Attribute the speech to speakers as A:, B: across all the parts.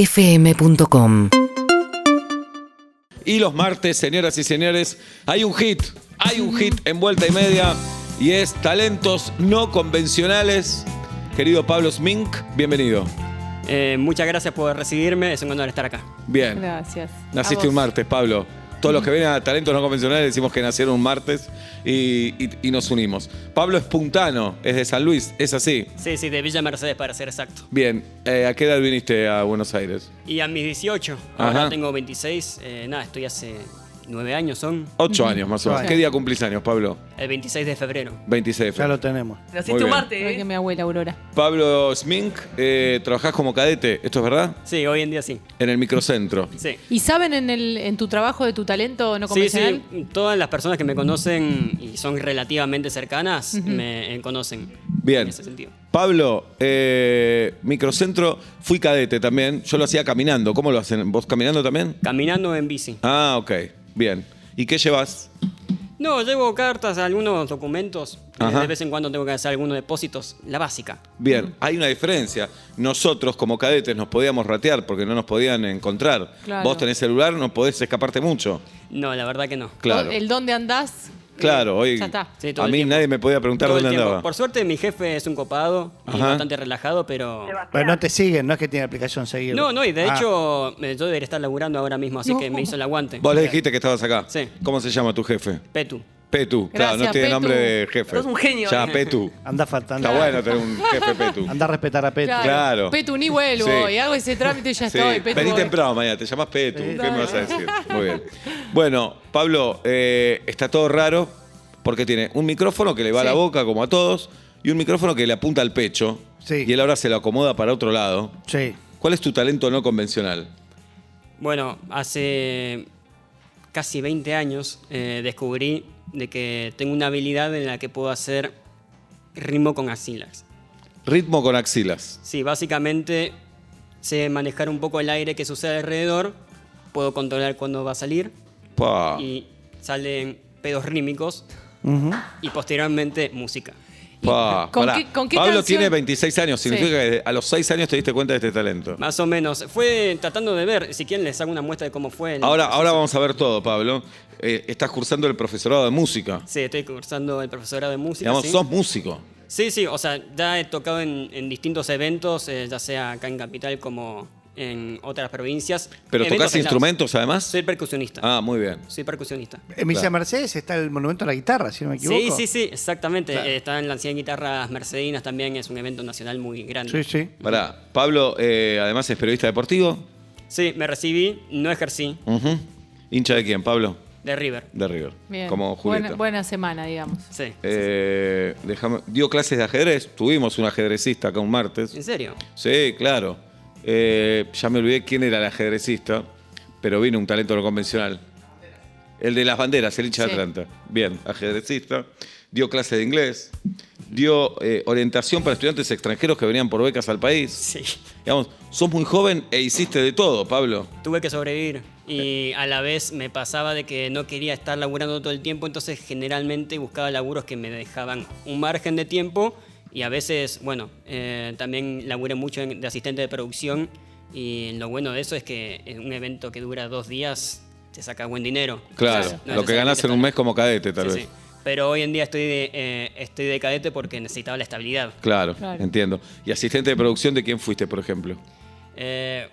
A: urbanaplayfm.com
B: Y los martes, señoras y señores, hay un hit, hay un hit en vuelta y media y es Talentos No Convencionales. Querido Pablo Smink, bienvenido.
C: Eh, muchas gracias por recibirme, es un honor estar acá.
B: Bien.
D: Gracias.
B: Naciste un martes, Pablo. Todos los que vienen a Talentos No Convencionales decimos que nacieron un martes y, y- y nos unimos. Pablo es puntano, es de San Luis, es así.
C: Sí, sí, de Villa Mercedes para ser exacto.
B: Bien, eh, ¿a qué edad viniste a Buenos Aires?
C: Y a mis 18,
B: Ajá.
C: ahora tengo 26, eh, nada, estoy hace 9 años, son
B: Ocho años más o menos.
E: Sí.
B: ¿Qué día cumplís años, Pablo?
C: el 26 de febrero.
B: 26 de
E: Ya
B: febrero.
E: lo tenemos.
B: Muy
F: Naciste
B: bien.
F: un
D: Igual
F: martes,
D: que
F: ¿eh?
D: mi abuela Aurora.
B: Pablo Smink, eh, trabajás como cadete, ¿esto es verdad?
C: Sí, hoy en día sí.
B: En el microcentro.
C: Sí.
D: ¿Y saben en, el, en tu trabajo de tu talento no
C: Sí,
D: convencional?
C: sí, todas las personas que me conocen y son relativamente cercanas me eh, conocen.
B: Bien.
C: En ese sentido.
B: Pablo, eh, microcentro, fui cadete también. Yo lo hacía caminando. ¿Cómo lo hacen? ¿Vos caminando también?
C: Caminando en bici.
B: Ah, ok. Bien. ¿Y qué llevas?
C: No, llevo cartas, algunos documentos. eh,
B: Ajá.
C: De vez en cuando tengo que hacer algunos depósitos. La básica.
B: Bien, hay una diferencia. Nosotros como cadetes nos podíamos ratear porque no nos podían encontrar.
D: Claro.
B: Vos tenés celular, no podés escaparte mucho.
C: No, la verdad que no.
B: Claro.
D: El dónde andás.
B: Claro, hoy
D: Ya está.
C: eh, Sí, todo
B: a
C: el
B: mí
C: tiempo.
B: nadie me podía preguntar
C: Todo el
B: dónde
C: tiempo.
B: andaba.
C: Por suerte, mi jefe es un copado y
B: Ajá.
C: bastante relajado, pero.
E: Pero no te siguen, no es que tiene aplicación seguida.
C: No, no, y de
E: Ah,
C: hecho, eh, yo debería estar laburando ahora mismo, así
D: No.
C: que me hizo el aguante.
B: Vos le dijiste que estabas acá.
C: Sí.
B: ¿Cómo se llama tu jefe?
C: Petu.
B: Petu. claro, no
D: Gracias,
B: tiene
D: Petu.
B: nombre de jefe.
F: Sos un genio.
C: eh.
B: Ya, Petu.
E: Anda faltando.
B: Está bueno tener un jefe Petu.
E: Anda a respetar a Petro.
B: Claro.
D: Petu, ni vuelvo.
B: Sí.
D: Y hago ese trámite y ya
B: Sí,
D: estoy. Petu,
B: vení
D: voy.
B: temprano mañana, te llamas Petu, ¿qué me
D: Dale.
B: vas a decir? Muy bien. Bueno, Pablo, eh, está todo raro porque tiene un micrófono que le va a la
D: Sí.
B: boca como a todos y un micrófono que le apunta al pecho
E: Sí.
B: y él ahora se lo acomoda para otro lado.
E: Sí.
B: ¿Cuál es tu talento no convencional?
C: Bueno, hace casi 20 años eh, descubrí de que tengo una habilidad en la que puedo hacer ritmo con axilas.
B: Ritmo con axilas.
C: Sí, básicamente sé manejar un poco el aire que sucede alrededor, puedo controlar cuándo va a salir
B: Pa.
C: y salen pedos rítmicos
E: Ujú.
C: y posteriormente música.
B: Pa.
D: con
B: Pará.
D: qué- con qué
B: Pablo
D: canción?
B: tiene 26 años, significa que a los 6 años te diste cuenta de este talento.
C: Más o menos. Fue tratando de ver, si quieren les hago una muestra de cómo fue. el-
B: Ahora, ahora vamos a ver todo, Pablo. Eh, estás cursando el profesorado de música.
C: Sí, estoy cursando el profesorado de música.
B: Digamos,
C: sí.
B: sos músico.
C: Sí, sí, o sea, ya he tocado en, en distintos eventos, eh, ya sea acá en Capital como en otras provincias.
B: ¿Pero
C: Eventos
B: tocas
C: aislados.
B: instrumentos además?
C: Soy percusionista.
B: Ah, muy bien.
C: Soy percusionista.
E: En Villa
B: Claro.
E: Mercedes está el monumento a la guitarra, si no me equivoco.
C: Sí, sí, sí, exactamente.
E: Claro.
C: Eh, están las 100 guitarras mercedinas también, es un evento nacional muy grande.
E: Sí, sí.
B: Pará, Pablo eh, además es periodista deportivo.
C: Sí, me recibí, no ejercí,
B: Ujú. ¿Hincha de quién, Pablo?
C: de River.
B: De River.
D: Bien.
B: Como Julieta.
D: buena, buena semana, digamos.
C: Sí.
B: Eh, déjame- dio clases de ajedrez. Tuvimos un ajedrecista acá un martes.
C: ¿En serio?
B: Sí, claro. Eh, ya me olvidé quién era el ajedrecista, pero vino un talento no convencional. El de las banderas, el hincha de
D: Sí.
B: Atlanta. Bien, ajedrecista. Dio clase de inglés. Dio eh, orientación para estudiantes extranjeros que venían por becas al país.
C: Sí.
B: Digamos, sos muy joven e hiciste de todo, Pablo.
C: Tuve que sobrevivir y a la vez me pasaba de que no quería estar laburando todo el tiempo, entonces generalmente buscaba laburos que me dejaban un margen de tiempo y a veces, bueno, eh, también laburé mucho en- de asistente de producción y lo bueno de eso es que en un evento que dura dos días te saca buen dinero.
B: Claro,
C: Quizás no
B: lo que ganás en un mes como cadete, tal
C: Sí,
B: vez.
C: sí. Pero hoy en día estoy de, eh, estoy de cadete porque necesitaba la estabilidad.
B: Claro,
D: Claro.
B: entiendo. ¿Y asistente de producción de quién fuiste, por ejemplo?
C: Eh,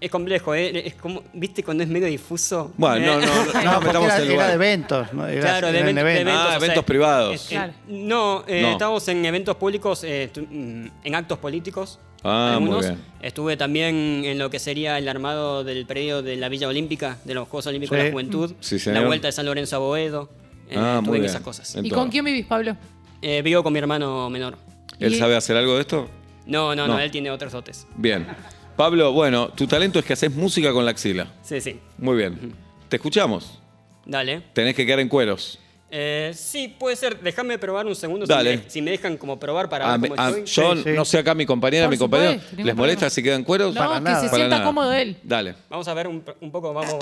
C: es complejo, ¿eh? Es como, ¿viste cuando es medio difuso?
B: Bueno,
C: Eh,
B: no, no, no,
E: No,
B: no
E: porque
B: metamos
E: era,
B: el
E: era de
B: lugar.
E: eventos. ¿no? Era-
C: Claro, de
E: era en
C: evento- de
E: eventos.
C: evento.
B: Ah,
C: o sea,
B: eventos privados.
C: eh,
D: Claro.
C: No, eh,
B: No.
C: estábamos en eventos públicos, eh, estu- mm, en actos políticos.
B: Ah, muy bien.
C: Estuve también en lo que sería el armado del predio de la Villa Olímpica, de los Juegos Olímpicos de
E: Sí.
C: la Juventud,
B: Sí, señor.
C: la vuelta de San Lorenzo a Boedo. eh,
B: Ah, muy
C: estuve en
B: bien.
C: esas cosas.
B: En
D: ¿Y
B: todo.
D: con quién vivís, Pablo?
C: Eh, vivo con mi hermano menor.
B: ¿Él
D: Y-
B: sabe hacer algo de esto?
C: No, no, no,
B: No.
C: él tiene otros dotes.
B: Bien. Pablo, bueno, tu talento es que haces música con la axila.
C: Sí, sí.
B: Muy bien. Te escuchamos.
C: Dale.
B: Tenés que quedar en cueros.
C: Eh, sí, puede ser. Déjame probar un segundo. si
B: Dale.
C: me dej- Si me, dejan como probar para
B: Ah,
C: ver
B: me-
C: cómo
B: ah,
C: estoy.
B: yo
E: Sí, sí.
B: no sé acá mi compañera,
D: Por
B: mi compañero.
D: supuesto, ningún
B: ¿Les molesta
D: problema.
B: si quedan en cueros?
D: No,
E: para
D: que
E: nada.
D: se
B: Para
D: sienta
B: nada.
D: cómodo él.
B: Dale.
C: Vamos a ver un, un poco, vamos.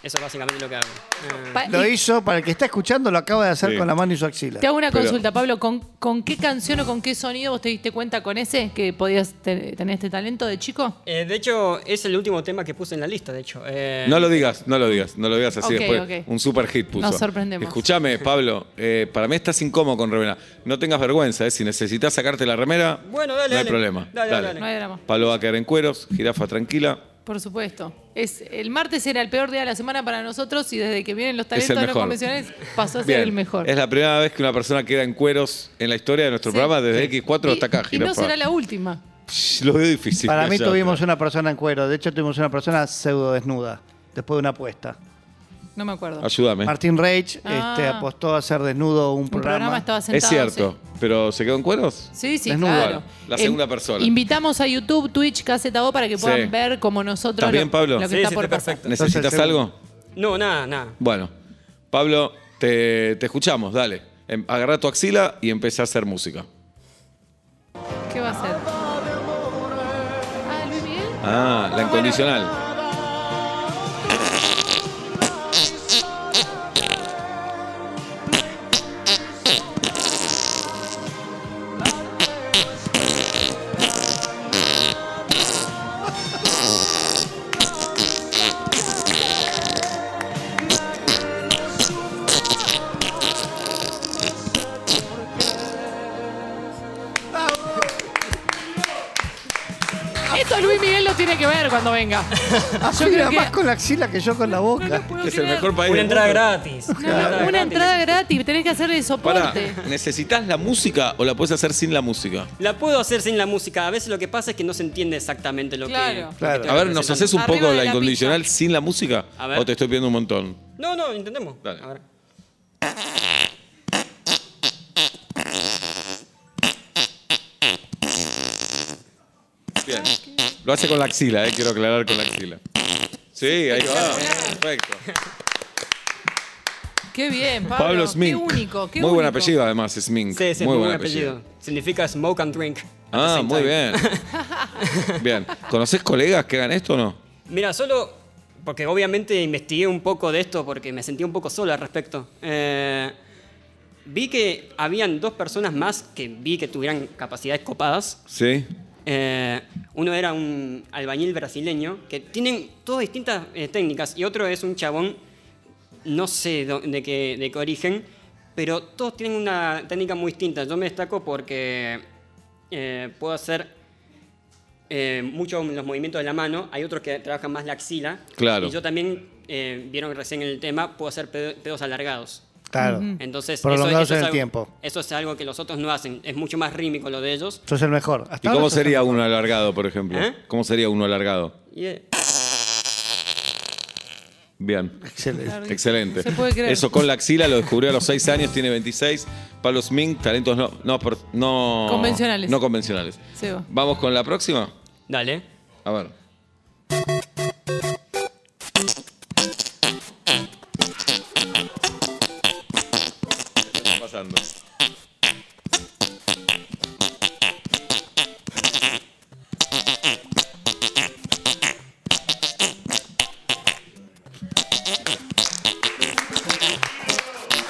C: Eso es básicamente lo que hago. Ah,
D: Pa-
E: Lo
D: y
E: hizo, para el que está escuchando, lo acaba de hacer
B: Sí.
E: con la mano y su axila.
D: te hago una
B: Pero-
D: consulta, Pablo. ¿con, ¿Con qué canción o con qué sonido vos te diste cuenta con ese que podías te- tener este talento de chico?
C: eh, de hecho, es el último tema que puse en la lista, de hecho. Eh,
B: No lo digas, no lo digas, no lo digas así
D: Ok,
B: después.
D: ok.
B: Un super hit puso.
D: Nos sorprendemos.
B: Escuchame, Pablo, eh, para mí estás incómodo con remera. No tengas vergüenza, eh, si necesitas sacarte la remera,
C: Bueno, dale,
B: no hay
C: dale.
B: problema.
C: Dale, dale.
D: No hay drama.
B: Pablo va a quedar en cueros, jirafa tranquila.
D: Por supuesto. Es, el martes era el peor día de la semana para nosotros y desde que vienen los
B: el
D: talentos no
B: mejor.
D: convencionales pasó a ser
B: Bien.
D: el mejor.
B: Es la primera vez que una persona queda en cueros en la historia de nuestro
D: Sí.
B: programa desde X4
D: Y-
B: hasta acá,
D: Y no
B: jirafa.
D: será la última.
B: Psh, Lo veo difícil.
E: Para mí
B: Ya.
E: tuvimos una persona en cuero. De hecho, tuvimos una persona pseudo desnuda. Después de una apuesta.
D: No me acuerdo.
B: Ayúdame.
E: Martín Reich
D: Ah.
E: este, apostó a ser desnudo un
D: Un
E: programa.
D: programa estaba sentado.
B: Es cierto,
D: sí.
B: pero ¿se quedó en cueros?
D: Sí, sí,
E: Desnudo.
D: claro.
B: La segunda persona.
D: Invitamos a YouTube, Twitch, Caseta O para que puedan
B: Sí.
D: ver como nosotros
B: ¿Estás
D: lo,
B: bien, Pablo?
D: lo que
C: Sí,
D: está
C: sí,
D: por
C: está
D: pasar.
C: perfecto.
B: ¿Necesitas
E: Entonces,
B: algo?
C: No, nada, nada.
B: Bueno, Pablo, te, te escuchamos, dale. Em- Agarra tu axila y empecé a hacer música.
D: ¿Qué va a hacer? Ah, Luis Miguel.
B: Ah, la incondicional.
D: Esto Luis Miguel lo tiene que ver cuando venga. Yo creo
E: Ah, Mira,
D: que
E: más con la axila que yo con la boca.
D: no puedo
B: Es el
D: creer.
B: mejor país.
C: Una
B: del
C: entrada
B: mundo.
C: gratis.
D: No, no, una entrada gratis, tenés que hacer de
B: Pará,
D: soporte.
B: ¿necesitas la música o la puedes hacer sin la música?
C: La puedo hacer sin la música. A veces lo que pasa es que no se entiende exactamente lo
D: Claro.
C: que. lo que
E: Claro.
C: estoy
B: A ver, ¿nos
C: representando.
B: haces un
D: Arriba
B: poco
D: de
B: la
D: la
B: incondicional sin la música?
C: A ver.
B: ¿O te estoy pidiendo un montón?
C: No, no, intentemos.
B: Dale.
C: A ver.
B: Bien. Lo hace con la axila, eh, quiero aclarar con la axila. Sí, ahí va. Perfecto.
D: Qué bien, Pablo.
B: Pablo
D: Qué
B: Smink.
D: único, qué
B: Muy buen
D: único.
B: apellido, además, Smink.
C: Sí, sí, muy, buen apellido. Significa smoke and drink. at the
B: Ah,
C: same
B: muy
C: time.
B: bien. Bien. ¿Conoces colegas que hagan esto o no?
C: Mira, solo porque obviamente investigué un poco de esto porque me sentí un poco solo al respecto. Eh, vi que habían dos personas más que vi que tuvieran capacidades copadas.
B: Sí.
C: Eh, uno era un albañil brasileño que tienen todas distintas eh, técnicas y otro es un chabón, no sé dó- de qué, de qué origen, pero todos tienen una técnica muy distinta. Yo me destaco porque eh, puedo hacer eh, mucho los movimientos de la mano, hay otros que trabajan más la axila.
B: Claro.
C: Y yo también, eh, vieron recién el tema, puedo hacer pe- pedos alargados.
E: Claro.
C: Entonces,
E: Prolongados en el
C: algo-
E: tiempo.
C: Eso es algo que los otros no hacen. Es mucho más rímico lo de ellos.
E: Sos el mejor.
B: ¿Y
E: Hasta ahora
B: cómo
E: sos el
B: sería uno alargado, por ejemplo?
C: ¿Eh?
B: ¿Cómo sería uno alargado?
C: Y, eh,
B: Bien.
E: Excelente.
B: Excelente.
D: Se puede creer.
B: Eso con la axila lo descubrió a los 6 años, tiene 26. Pablo Smink, talentos no, no, por- no-
D: Convencionales.
B: No convencionales.
D: Seba.
B: Vamos con la próxima.
C: dale.
B: A ver. ¿Qué está pasando?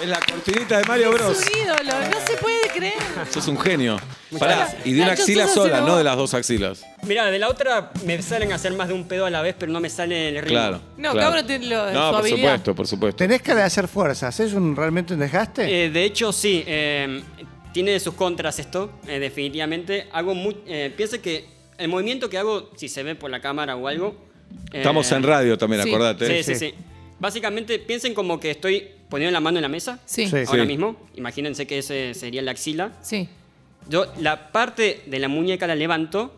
B: Es la cortinita de Mario Bros.
D: Es un ídolo, no se puede creer.
B: Sos un genio. Pará,
D: gracias.
B: y de una
D: Nacho
B: axila
D: Sosa se
B: sola,
D: lo-
B: no de las dos axilas.
C: Mira, de la otra me salen a hacer más de un pedo a la vez, pero no me sale el ritmo.
B: Claro.
D: No,
B: claro.
D: cabrón, tiene lo-
B: No,
D: su
B: por
D: habilidad.
B: supuesto, por supuesto.
E: Tenés que hacer fuerzas. ¿Es un realmente un desgaste?
C: Eh, de hecho, sí. eh, tiene sus contras esto, eh, definitivamente. Hago mu- eh, piense que el movimiento que hago, si se ve por la cámara o algo. eh,
B: Estamos en radio también,
D: sí.
B: acordate.
C: Sí,
B: ¿eh?
C: sí, sí. Básicamente, piensen como que estoy poniendo la mano en la mesa.
D: Sí,
E: Sí.
D: sí.
C: Ahora mismo. Imagínense que ese sería la axila.
D: sí.
C: Yo la parte de la muñeca la levanto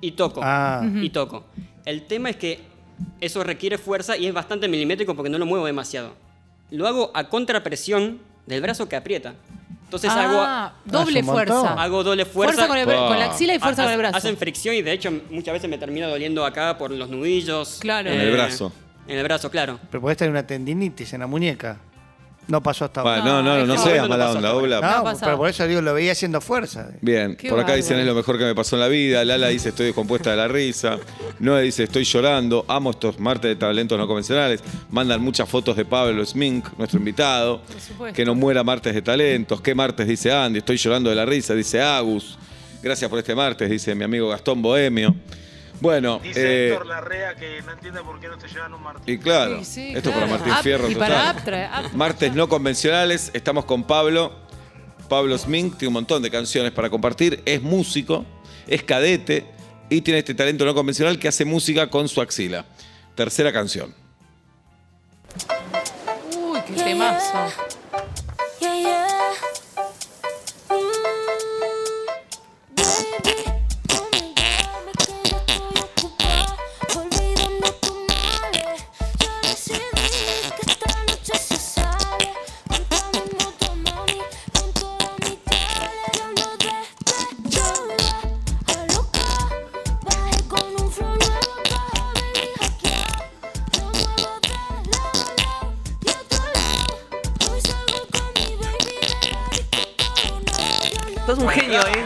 C: y toco.
E: Ah.
C: Y toco. El tema es que eso requiere fuerza y es bastante milimétrico porque no lo muevo demasiado. Lo hago a contrapresión del brazo que aprieta. Entonces
D: Ah, doble
E: Hace un
D: fuerza.
E: montón.
C: hago, hago doble fuerza.
D: Fuerza con, el bra-
B: Ah.
D: con la axila y fuerza
C: Ha-
D: con el brazo.
C: Hacen fricción y de hecho muchas veces me termina doliendo acá por los nudillos. eh,
D: Claro.
B: En el brazo.
C: En el brazo, claro.
E: Pero podés tener una tendinitis en la muñeca. No pasó hasta ahora.
B: Bueno, no, no, no,
D: No,
B: seas
C: no
B: mala
C: pasó
B: onda,
C: hasta
B: Ola.
D: No ha
E: No,
D: pasado.
E: pero por eso digo, lo veía haciendo fuerza.
B: Bien,
D: Qué
B: por acá dicen es
D: bárbaro.
B: lo mejor que me pasó en la vida. Lala dice estoy descompuesta de la risa. Noe dice estoy llorando. Amo estos martes de talentos no convencionales. Mandan muchas fotos de Pablo Smink, nuestro invitado.
D: supuesto.
B: Que no muera martes de talentos. ¿Qué martes? Dice Andy. Estoy llorando de la risa. Dice Agus. Gracias por este martes, dice mi amigo Gastón Bohemio. Bueno, eh,
A: Dice Héctor Larrea que no entiende por qué no te llevan un martillo.
B: y claro,
D: Sí, sí,
B: esto
D: claro.
B: para Martín
D: Ap-
B: Fierro.
D: Y para
B: total.
D: Aptra. Aptra.
B: Martes no convencionales, estamos con Pablo. Pablo Smink tiene un montón de canciones para compartir, es músico, es cadete y tiene este talento no convencional que hace música con su axila. Tercera canción.
D: Uy, qué temazo.
F: Yeah, yeah. Mm. Baby, no me llames que yo estoy ocupada. Olvidando tu nombre. Yo decidí que esta noche se sale. Contame moto, mami, con toda mi tele. Yo hablo de esta chola a loca. Bajé con un flow nuevo para venir hackear. Yo muevo de lado, lado y otro lado. Hoy salgo con mi baby de la discoteca. No, yo no
G: Sos un genio, ¿eh?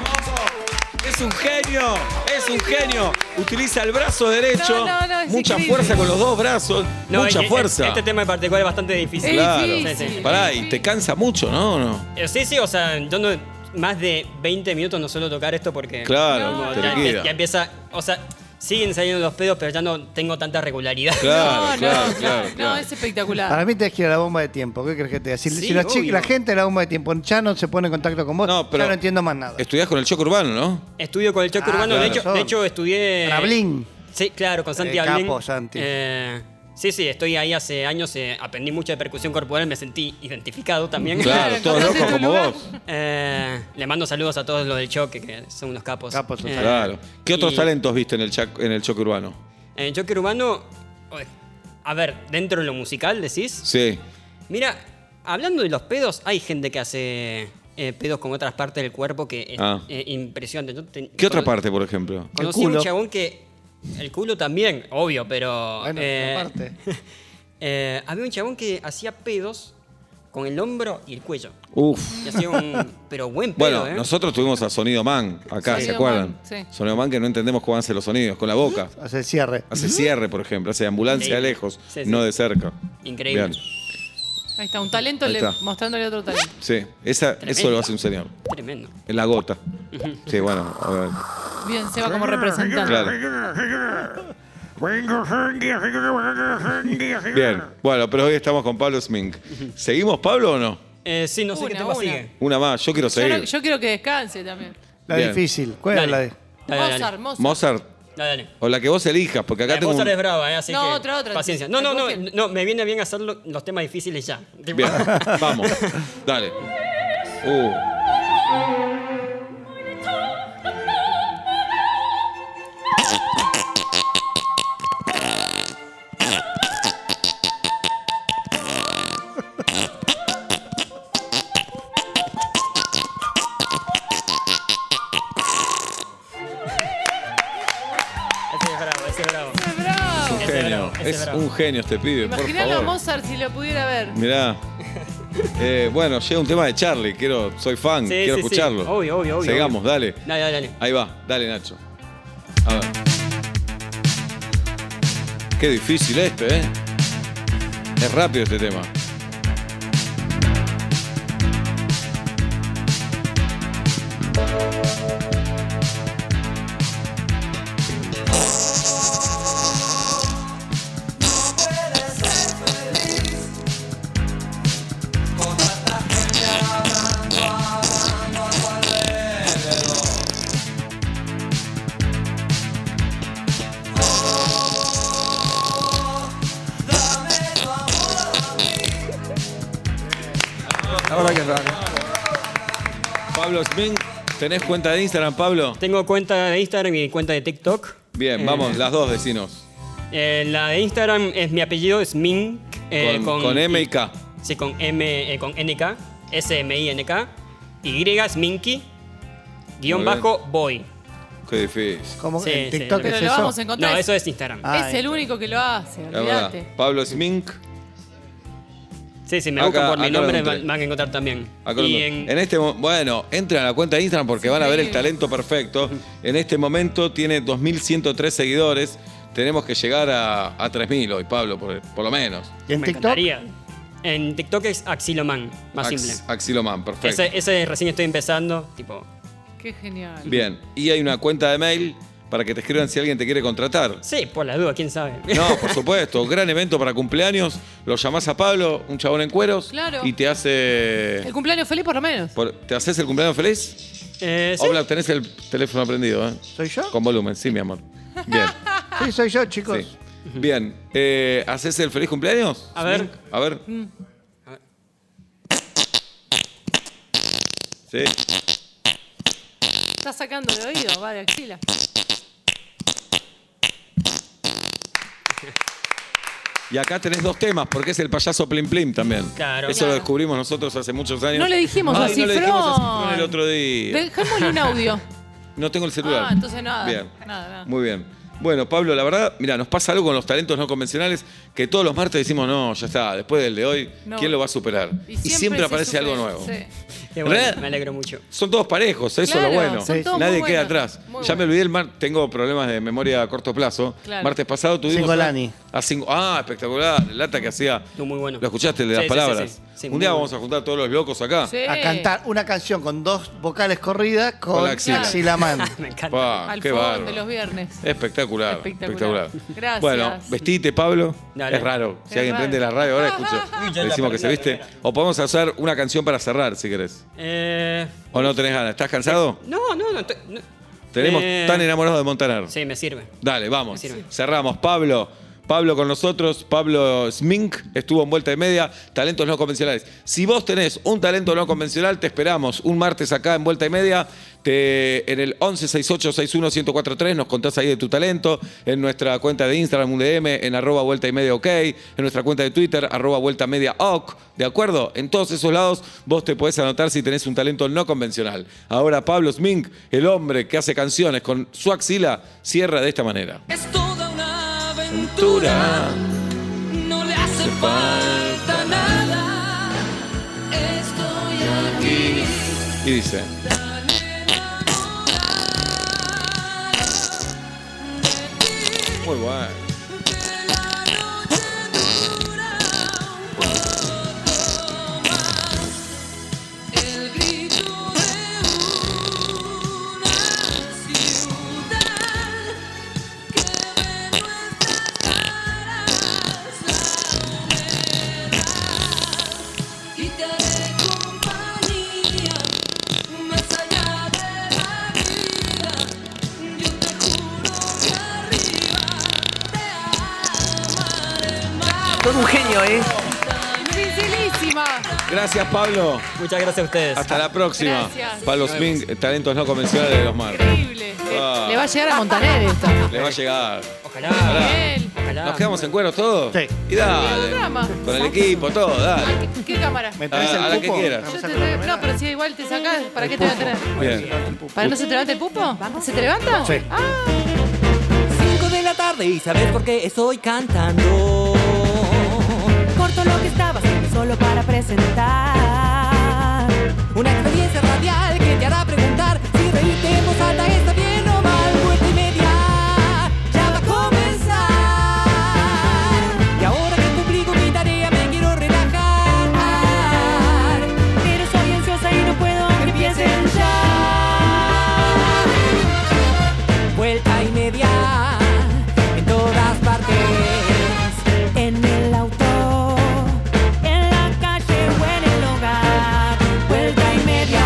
B: Es un genio, es un genio. Utiliza el brazo derecho,
D: No, no, no, es
B: mucha
D: increíble.
B: fuerza con los dos brazos,
C: No,
B: mucha
C: y- e-
B: fuerza.
C: Este tema en particular es bastante difícil.
D: Es
B: Claro.
D: difícil.
C: Sí, sí.
B: Pará, y te cansa mucho, ¿no? no.
C: Eh, Sí, sí, o sea, yo no, más de 20 minutos no suelo tocar esto porque...
B: Claro,
C: como
B: te
C: ya,
B: liquida.
C: empie- ya empieza, o sea, siguen saliendo los pedos, pero ya no tengo tanta regularidad.
B: Claro,
D: no,
B: claro,
D: no,
B: claro,
D: no,
B: claro. Ah.
D: es espectacular.
E: Para mí tenés que ir a la bomba de tiempo. ¿Qué crees que te diga? Si,
C: Sí,
E: si los chi-
C: obvio.
E: la gente de la bomba de tiempo ya no se pone en contacto con vos,
B: No, pero-
E: ya no entiendo más nada.
B: Estudiás con el choco urbano, ¿no?
C: Estudio con el Choco
E: Ah,
C: Urbano, de,
E: claro,
C: hecho,
E: son.
C: de hecho estudié...
B: Eh.
E: Para Blin.
C: Sí, claro, con Santi
E: Eh, capo,
C: Ablin.
E: Santi.
C: Eh, sí, sí, estoy ahí hace años, eh, aprendí mucho de percusión corporal, me sentí identificado también.
B: Claro, todos
D: encontraste
B: locos
D: tu
B: como
D: lugar.
B: vos.
C: Eh, le mando saludos a todos los del Choque, que son unos capos. Eh,
E: Capos, son
B: Claro. ¿Qué otros
C: y-
B: talentos viste en el, chac- en el choco urbano?
C: En el Choque Urbano, oye, a ver, dentro de lo musical decís...
B: Sí.
C: Mira, hablando de los pedos, hay gente que hace eh, pedos con otras partes del cuerpo que es
B: Ah.
C: eh, impresionante. Yo te-
B: ¿Qué otra
C: cono-
B: parte, por ejemplo?
C: Conocí
E: El culo.
C: un chabón que. El culo también, obvio, pero.
E: Bueno,
C: eh,
E: aparte.
C: eh, había un chabón que hacía pedos con el hombro y el cuello.
B: Uf.
C: Y hacía un. pero buen pedo,
B: Bueno,
C: ¿eh?
B: nosotros tuvimos a Sonido Man acá, ¿se
D: Sonido
B: acuerdan?
D: Man, sí.
B: Sonido Man que no entendemos cómo hacen los sonidos, con la boca.
E: Hace el cierre.
B: Hace cierre, por ejemplo, hace ambulancia
C: Increíble.
B: lejos,
C: Sí, sí.
B: no de cerca.
C: Increíble.
B: Bien,
D: Ahí está, un talento
B: Ahí
D: le-
B: está.
D: mostrándole otro talento.
B: Sí, Esa- eso
C: Tremendo.
B: lo hace un señor.
C: Tremendo.
B: En la gota. Sí, bueno, a ver.
D: Bien, se va como representante.
B: Ah, Claro. Bien, bueno, pero hoy estamos con Pablo Smink. ¿Seguimos, Pablo, o no?
C: Eh, sí, no sé qué
D: Una,
C: tema
D: una.
C: sigue.
B: Una más, yo quiero
D: Yo,
B: seguir.
D: no- yo quiero que descanse también.
E: La
B: Bien.
E: difícil. ¿Cuál es la de?
C: Dale, dale.
D: Mozart, Mozart.
B: Mozart,
C: Dale, dale.
B: o la que vos elijas, porque acá
C: La
B: tengo.
C: Mozart
B: un-
C: es brava, ¿eh? así
D: No,
C: que
D: otra, otra.
C: paciencia. No, no, no,
D: Busquen.
C: no, me viene bien hacer lo- los temas difíciles ya. Tipo-
B: Bien, vamos, dale. Uh.
C: Ese es bravo, ese es bravo.
D: ¡Bravo!
C: Ese
B: genio.
C: bravo, ese
B: Es
C: bravo.
B: un genio este pibe, por
D: Imaginalo a
B: favor.
D: Mozart si lo pudiera ver.
B: Mirá. Eh, bueno, llega un tema de Charlie. Quiero, soy fan,
C: Sí,
B: quiero
C: sí, sí.
B: escucharlo.
C: Obvio, obvio, obvio,
B: Sigamos,
C: obvio.
B: dale.
C: Dale, dale, dale.
B: Ahí va, dale, Nacho. A ver. Qué difícil este, ¿eh? Es rápido este tema. Pablo Smin, ¿tenés cuenta de Instagram, Pablo?
C: Tengo cuenta de Instagram y cuenta de TikTok.
B: Bien,
C: Eh,
B: vamos, las dos vecinos.
C: eh, la de Instagram es mi apellido, es Mink. eh,
B: Con, con M y K.
C: Sí, con M, eh, con NK, S-M-I-N-K. Y es Minky, guión
B: Muy bien.
C: bajo, boy.
B: Qué difícil.
E: ¿Cómo?
C: Sí,
E: ¿En
C: sí,
E: TikTok
C: sí.
E: es
D: Pero lo
E: eso?
D: vamos a encontrar.
C: No, eso es Instagram.
E: Ah,
D: es el único que lo hace,
B: La verdad.
D: olvídate.
B: Pablo Smink.
C: Sí, sí, me
B: Acá-
C: buscan por mi
B: acá lo
C: nombre,
B: encontré.
C: me van a encontrar también.
B: Acá lo
C: y
B: encontré.
C: en-
B: en... este mo- bueno, entren a la cuenta de Instagram porque van a ver el talento perfecto. En este momento tiene 2103 seguidores. Tenemos que llegar a, a 3000 hoy, Pablo, por, por lo menos.
E: ¿Y en
C: me
E: TikTok?
C: encantaría. En TikTok es Axiloman, más
B: Ax-
C: simple.
B: Axiloman, perfecto.
C: Ese, ese recién estoy empezando, tipo,
D: Qué genial.
B: Bien. Y hay una cuenta de mail para que te escriban si alguien te quiere contratar.
C: sí, por la duda, quién sabe.
B: No, por supuesto. Gran evento para cumpleaños. Lo llamás a Pablo, un chabón en cueros.
D: Claro.
B: Y te hace.
D: El cumpleaños feliz por lo menos.
B: por- ¿Te haces el cumpleaños feliz?
C: Eh, sí.
B: Hola, tenés el teléfono prendido, ¿eh?
E: ¿Soy yo?
B: Con volumen, sí, mi amor. Bien.
E: Sí, soy yo, chicos.
B: sí. Bien. Eh, ¿Haces el feliz cumpleaños?
C: A ver. Mm.
B: Smink? A ver. Sí.
D: Está sacando de oído, va de axila.
B: Y acá tenés dos temas, porque es el payaso Plim Plim también.
C: Claro.
B: Eso
C: Claro.
B: lo descubrimos nosotros hace muchos años.
D: No le dijimos
B: Ay,
D: así,
B: no le dijimos a Cifrón
D: Fron.
B: el otro día.
D: Dejémosle un audio.
B: No tengo el celular.
D: Ah, entonces nada.
B: Bien.
D: Nada, nada.
B: Muy bien. Bueno, Pablo, la verdad, mira, nos pasa algo con los talentos no convencionales que todos los martes decimos, no, ya está, después del de hoy,
D: No.
B: ¿quién lo va a superar? Y siempre,
D: se
B: aparece
D: supera,
B: algo nuevo.
D: sí.
C: Qué bueno,
B: ¿Verdad?
C: me alegro mucho.
B: Son todos parejos, eso es
D: Claro,
B: lo bueno.
D: son todos
B: Nadie
D: muy
B: queda
D: buenos.
B: atrás.
D: Muy
B: ya me
D: buenos.
B: olvidé el mar, tengo problemas de memoria a corto plazo.
D: Claro.
B: Martes pasado tuvimos.
E: Cingolani.
B: A, a Cing- ah, espectacular, el lata que hacía.
C: No, muy bueno.
B: ¿Lo escuchaste el de
C: Sí,
B: las
C: sí, sí,
B: palabras?
C: sí. Sí,
B: Un
C: muy
B: día
C: bueno.
B: vamos a juntar a todos los locos acá.
D: Sí.
E: A cantar una canción con dos vocales corridas con,
B: Con la axila.
E: Axilaman.
C: Me encanta.
B: Pa,
D: Al
B: Ah, qué
D: fondo
B: bárbaro.
D: de los viernes.
B: Espectacular, espectacular.
D: Espectacular. Gracias.
B: Bueno, vestite, Pablo.
C: Dale.
B: Es raro. Si
D: Es
B: alguien
D: raro.
B: prende la radio ahora, escucha.
C: Uy,
B: Le
C: ya la
B: decimos que se
C: perdí la
B: viste. O podemos hacer una canción para cerrar, si querés.
C: Eh,
B: ¿O no tenés ganas? ¿Estás cansado?
C: no, no, no. estoy- no.
B: Tenemos
C: Eh,
B: tan enamorados de Montanar.
C: Sí, me sirve.
B: Dale, vamos.
C: Me sirve.
B: Cerramos. Pablo. Pablo con nosotros, Pablo Smink, estuvo en vuelta y media, talentos no convencionales. Si vos tenés un talento no convencional, te esperamos un martes acá en vuelta y media, te, en el 1168-61-1043 nos contás ahí de tu talento, en nuestra cuenta de Instagram, un DM, en arroba vuelta y media ok, en nuestra cuenta de Twitter, arroba vuelta media ok, ¿de acuerdo? En todos esos lados vos te podés anotar si tenés un talento no convencional. Ahora Pablo Smink, el hombre que hace canciones con su axila, cierra de esta manera.
G: Es toda una
B: Aventura.
G: aventura, no le hace falta nada. Estoy aquí
B: Y dice,
G: tan enamorado de ti.
B: muy bueno.
G: Que la noche dura un poco más. El grito de una ciudad que ve nuestras caras la humedad. Y te haré compañía más allá de la vida. Yo te juro que arriba te amaré más.
H: Todo un genio, ¿eh?
D: Dificilísima.
B: Gracias, Pablo.
C: Muchas gracias a ustedes.
B: Hasta la próxima.
D: Gracias.
B: Pablo Smink, talentos no convencionales de los mar.
D: Increíble.
B: Ah.
D: Le va a llegar a Montaner esto.
B: Le va a llegar.
C: Ojalá.
D: Bien.
C: Ojalá.
B: ¿Nos quedamos en cueros todos?
E: Sí.
B: Y dale.
D: Programa.
B: Con el equipo, todo, dale.
D: Ay, ¿Qué, qué cámara?
E: ¿Me
B: A,
E: traes el
B: a la que
E: cupo?
B: quieras.
D: Yo te traigo- no,
E: ¿eh?
D: pero si igual te sacás, ¿para qué te voy a tener?
B: Bien.
D: ¿Para que no se te levante el pupo? ¿Se te levanta?
E: Sí.
D: Ah,
H: 5 de la tarde y sabes por qué estoy cantando.
I: Corto lo que estaba haciendo solo para presentar.
H: Una experiencia radial que te hará preguntar si reírte en voz alta está bien o mal. Vuelta y media ya va a comenzar. Y ahora que cumplí con mi tarea me quiero relajar.
I: Pero soy ansiosa y no puedo que empiecen ya.
H: Vuelta y media en todas partes.
I: En el auto, en la calle o en el hogar. Vuelta y media.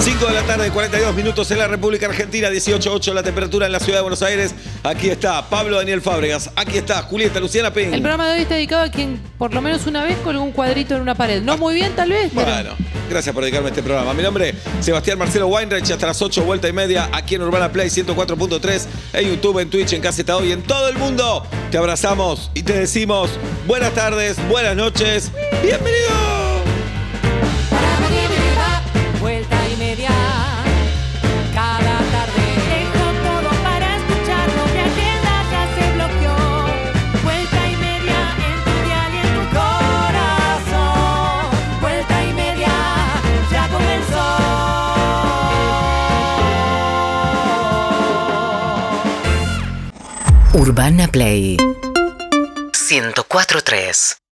B: 5 de la tarde, 42 minutos en la República Argentina, 18.8 la temperatura en la ciudad de Buenos Aires. Aquí está Pablo Daniel Fábregas, aquí está Julieta Luciana Ping.
D: el programa de hoy está dedicado a quien por lo menos una vez colgó un cuadrito en una pared. No muy bien, tal vez, pero
B: Bueno, gracias por dedicarme a este programa. Mi nombre es Sebastián Marcelo Weinreich. Hasta las 8, vuelta y media, aquí en Urbana Play 104.3, en YouTube, en Twitch, en Caseta Hoy, en todo el mundo. Te abrazamos y te decimos buenas tardes, buenas noches, bienvenido.
H: Vuelta y media cada tarde.
I: Dejo todo para escucharlo, mi agenda ya se bloqueó. Vuelta y media en tu dial y en tu corazón.
H: Urbana Play 104.3